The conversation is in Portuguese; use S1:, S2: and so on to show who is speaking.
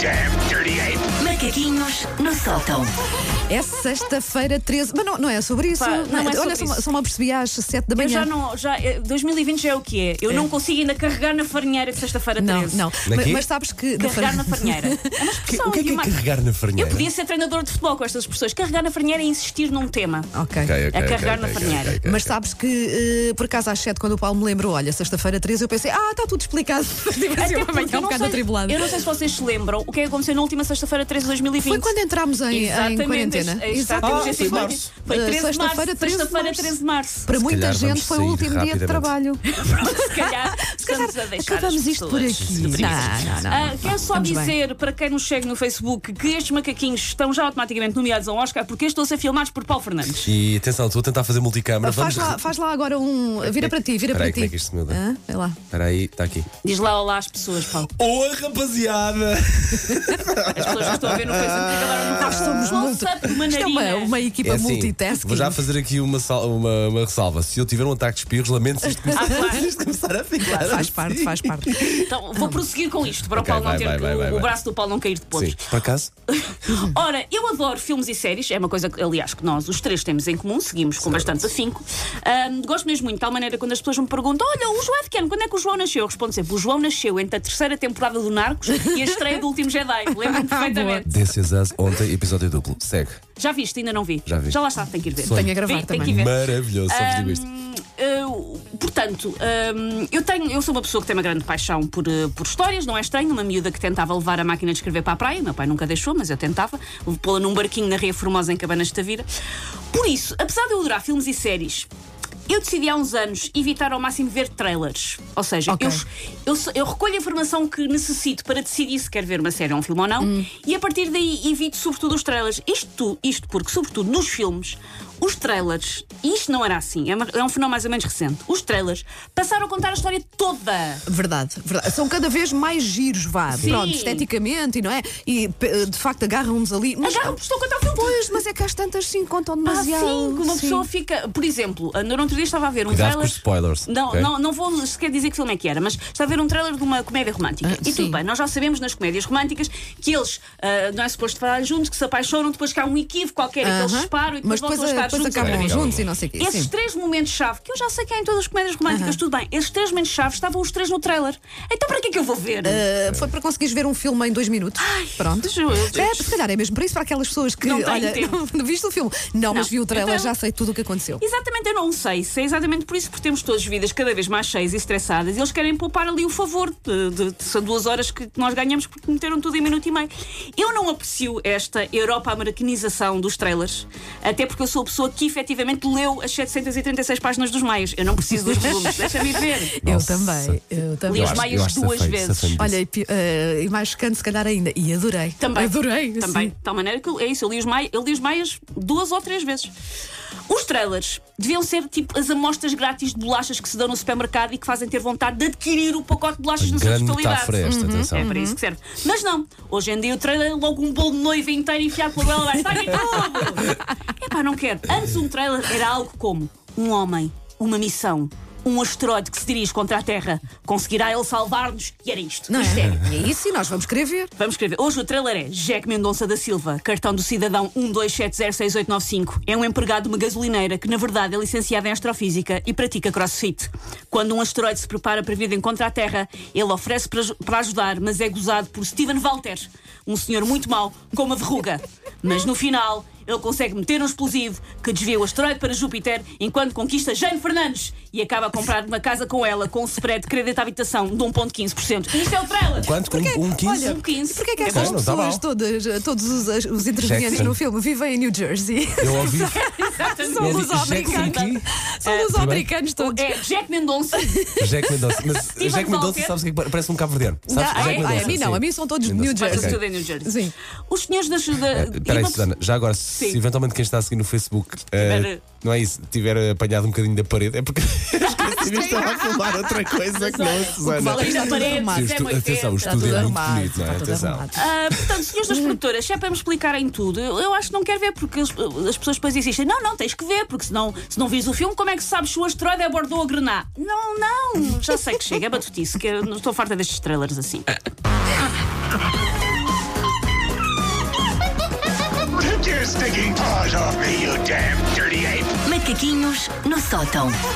S1: damn dirty ape!
S2: Macaquinhos no sótão.
S3: É sexta-feira 13. Mas não, não é sobre isso.
S4: Pá, não é sobre
S3: olha, só,
S4: isso.
S3: só me apercebi às 7 da
S4: Eu já
S3: manhã.
S4: não. Já, eh, 2020 já é o que é. Eu não consigo ainda carregar na farinheira de sexta-feira
S3: não,
S4: 13.
S3: não.
S5: Na
S3: Mas,
S5: quê?
S3: mas sabes que. da
S4: Carregar
S3: farinha-
S4: na farinheira. É uma expressão.
S5: o que é
S4: e
S5: que é
S4: uma-
S5: carregar na farinheira?
S4: Eu podia ser treinador de futebol com estas expressões. Carregar na farinheira é insistir num tema.
S3: Ok.
S5: Ok, ok,
S4: a carregar
S5: ok,
S4: na
S5: ok,
S4: farinheira.
S5: ok, ok.
S3: Mas sabes que, eh, por acaso, às 7, quando o Paulo me lembrou, olha, sexta-feira 13, eu pensei, ah, está tudo explicado. Tive assim
S4: Até
S3: uma
S4: porque
S3: manhã
S4: eu
S3: um
S4: não
S3: bocado
S4: sei-
S3: atribulada.
S4: Eu não sei se vocês se lembram o que é que aconteceu na última sexta-feira 13 de 2020.
S3: Foi quando entramos em, em
S4: Exatamente,
S3: quarentena.
S4: este- está-
S3: Exato.
S4: temos
S5: Ah,
S4: esse
S5: foi
S4: episódio.
S5: março.
S4: Foi
S3: Eh,
S4: 13 de
S3: sexta-feira,
S4: março.
S3: 13 de
S4: Sexta-feira
S3: março.
S4: 13 de março.
S3: Para muita
S5: calhar
S3: gente
S5: vamos
S3: foi
S5: sair
S3: o último dia de
S5: rapidamente. Então
S3: trabalho.
S4: Se calhar estamos a deixar as
S3: Acabamos isto por
S4: pessoas.
S3: aqui. Não, não, não.
S4: Ah, quero só
S3: Estamos bem.
S4: dizer para quem nos segue no Facebook que estes macaquinhos estão já automaticamente nomeados ao Oscar porque estes estão a ser filmados por Paulo Fernandes.
S5: E atenção, estou a tentar fazer multicâmara.
S3: Faz
S5: Vamos.
S3: lá, faz lá agora um. Vira para ti, vira
S5: Espera
S3: para
S5: aí,
S3: ti.
S5: como é que isto se muda?
S3: Hã? Vê lá.
S5: Espera aí, está aqui.
S4: Diz lá olá às pessoas, Paulo.
S5: Oi, rapaziada!
S4: As pessoas que estão a ver no Facebook agora não
S3: somos multi-
S4: WhatsApp,
S3: Isto é uma,
S4: maneirinha.
S3: uma equipa
S5: É assim,
S3: multitasking.
S5: Vou já fazer aqui uma, sal- uma, uma ressalva. Se eu tiver um ataque de espirros, lamento se isto começar,
S4: Ah, claro.
S5: se isto começar a ficar. assim.
S3: Faz parte, faz parte.
S4: Então, vou prosseguir com isto para o
S5: Ok,
S4: Paulo não
S5: vai,
S4: ter
S5: vai,
S4: que-
S5: vai, vai,
S4: o
S5: vai.
S4: braço do Paulo não cair de pontos.
S5: Sim, por acaso?
S4: Uhum. Ora, eu adoro filmes e séries, é uma coisa, que, aliás, que nós os três temos em comum, seguimos com bastante afinco. Ahm, gosto mesmo muito, de tal maneira quando as pessoas me perguntam: olha, o João é pequeno, quando é que o João nasceu? Eu respondo sempre: o João nasceu entre a terceira temporada do Narcos e a estreia do Último Jedi.
S5: Ah,
S4: Lembro-me perfeitamente.
S5: This is Us, ontem, episódio duplo. Segue.
S4: Já viste? Ainda não vi.
S5: Já vi.
S4: lá está, tenho que ir ver.
S5: Sonho.
S3: Tenho a gravar
S4: Tem- tem
S3: também.
S4: que ver.
S5: Maravilhoso, só vos digo isto.
S4: Hum, eu- portanto, hum, eu, tenho, eu sou uma pessoa que tem uma grande paixão por, eh, por histórias, não é estranho? Uma miúda que tentava levar a máquina de escrever para a praia, meu pai nunca deixou, mas eu tentava, Vou pô-la num barquinho na Ria Formosa em Cabanas de Tavira. Por isso, apesar de eu adorar filmes e séries, eu decidi há uns anos evitar ao máximo ver trailers. Ou seja,
S3: Ok.
S4: eu, eu, só- eu recolho a informação que necessito para decidir se quer ver uma série ou um filme ou não, e a partir daí evito sobretudo os trailers. Isto, tu- isto porque, sobretudo nos filmes, os trailers, e isto não era assim, é, uma- é um fenómeno mais ou menos recente, os trailers passaram a contar a história toda.
S3: Verdade, verdade. São cada vez mais giros, vá. Pronto, esteticamente, e não é? E pe- de facto agarram-nos ali. Mas,
S4: Agarram-me, estou a contar o filme todo.
S3: Pois, mas é que às tantas sim contam
S4: Ah, sim,
S3: demasiado.
S4: que uma
S3: Sim.
S4: pessoa fica. Por exemplo, no outro dia estava a ver um
S5: Cuidado
S4: trailer.
S5: com os spoilers,
S4: Não,
S5: ok?
S4: não, não vou sequer dizer que filme é que era, mas está a ver um trailer de uma comédia romântica.
S3: Ah,
S4: e
S3: sim.
S4: tudo bem, nós já sabemos nas comédias românticas que eles ah, não é suposto falar juntos, que se apaixonam, depois que há um equívoco qualquer e que eles
S3: Aham.
S4: separam e
S3: mas
S4: depois voltam
S3: depois,
S4: a
S3: a-
S4: estar
S3: depois
S4: juntos.
S3: acabam
S5: outra vez.
S3: juntos e não sei o quê.
S4: Esses
S3: sim.
S4: três momentos-chave, que eu já sei que há em todas as comédias românticas,
S3: Aham.
S4: tudo bem, esses três momentos-chave estavam os três no trailer. Então para que é que eu vou ver?
S3: Uh, foi para conseguires ver um filme em dois minutos. Pronto.
S4: juro.
S3: É, se calhar é mesmo para isso, para aquelas pessoas que.
S4: Não têm
S3: olha,
S4: tempo.
S3: não viste o filme? Não, mas vi o trailer,
S4: Então-
S3: já sei tudo o que aconteceu.
S4: Exatamente, eu não sei. Se é exatamente por isso, porque temos todas as vidas cada vez mais cheias e estressadas e eles querem poupar ali o favor de, de- de- são duas horas que nós ganhamos porque meteram tudo em minuto e meio. Eu não aprecio esta Europa-americanização dos trailers, até porque eu sou a pessoa que efetivamente leu as 736 páginas dos maios. Eu não preciso dos volumes, deixa-me ver.
S3: Eu
S5: Nossa.
S3: também, eu também.
S4: Li
S5: Eu
S4: as
S5: acho-
S4: meias
S5: eu acho
S4: duas
S5: safei-
S4: vezes.
S5: safei-me disso.
S3: Olha, e, pi- eh, e mais chocante, se calhar ainda. E adorei.
S4: Também.
S3: Adorei. assim.
S4: Também.
S3: sim.
S4: De tal maneira que eu- é isso, eu li, os mai, eu li os maias duas ou três vezes. Os trailers deviam ser tipo as amostras grátis de bolachas que se dão no supermercado e que fazem ter vontade de adquirir o pacote de bolachas na sua
S5: Grande
S4: totalidade.
S5: metáfora esta, atenção.
S4: É para isso que serve. Mas não, hoje em dia o trailer é logo um bolo de noiva inteiro enfiado pela goela abaixo. Está tudo! Epá, não quero. Antes um trailer era algo como um homem, uma missão, um asteroide que se dirige contra a Terra. Conseguirá ele salvar-nos? E era isto.
S3: Não
S4: Isto era.
S3: é? E é isso e nós vamos querer ver.
S4: Vamos escrever. Hoje o trailer é Jack Mendonça da Silva, cartão do cidadão 12706895. É um empregado de uma gasolineira que, na verdade, é licenciado em astrofísica e pratica crossfit. Quando um asteroide se prepara para vir de encontro à Terra, ele oferece para, aj- para ajudar, mas é gozado por Steven Walter, um senhor muito mau, com uma verruga. Mas no final, ele consegue meter um explosivo que desvia o asteroide para Júpiter enquanto conquista Jane Fernandes e acaba a comprar uma casa com ela com um spread de crédito à habitação de 1,15%. Isto é o trailer!
S5: Quanto? Um, um 15?
S3: Olha,
S4: Um 15.
S3: e porquê é que
S4: É
S3: estas
S5: bom. Não, tá
S3: pessoas
S5: bom.
S3: todas, todos os, os intervenientes
S5: Jackson.
S3: no filme vivem em New Jersey?
S5: Eu ouvi.
S4: Exatamente.
S3: São os
S5: Jackson
S3: americanos. São os
S5: bem.
S3: americanos todos.
S4: É Jack Mendonça.
S5: Jack Mendonça. Mas
S4: Steven
S5: Jack Mendonça,
S4: Walker.
S5: sabes o que é que parece um cabo verdeano. Sabes?
S3: Ah,
S5: Jack
S3: é?
S5: Mendonça,
S3: Ah, a mim não,
S5: sim.
S3: a mim são todos de
S5: Mendonça.
S3: New Jersey.
S4: Faz
S5: Ok.
S4: tudo em New Jersey.
S3: Sim.
S4: Os senhores das. da- de
S5: um Espera aí,
S4: uma-
S5: Susana, já agora, se
S4: Sim.
S5: eventualmente quem está a seguir no Facebook eh,
S4: Tiver-
S5: não é isso, tiver apanhado um bocadinho da parede, é porque estava a filmar outra coisa que não a Susana.
S3: vale é que está tudo
S4: Sim,
S3: arrumado.
S5: Sim, o
S4: Mas é
S5: estu-
S4: 80,
S5: atenção, o
S3: Está
S5: estúdio
S3: tudo
S5: é muito
S3: arrumado,
S5: bonito, não é?
S3: está tudo
S5: Atenção.
S3: arrumado.
S4: Ah, portanto, senhores das produtoras, se é para me explicarem tudo, eu, eu acho que não quero ver porque as, as pessoas depois insistem: não, não, tens que ver, porque senão, se não vires o filme, como é que sabes se o asteroide abordou a Grená? Não, não, já sei que chega, é batutice, que eu não estou farta destes trailers assim.
S1: your stinking paws off me, you damn dirty ape!
S2: Macaquinhos no sótão.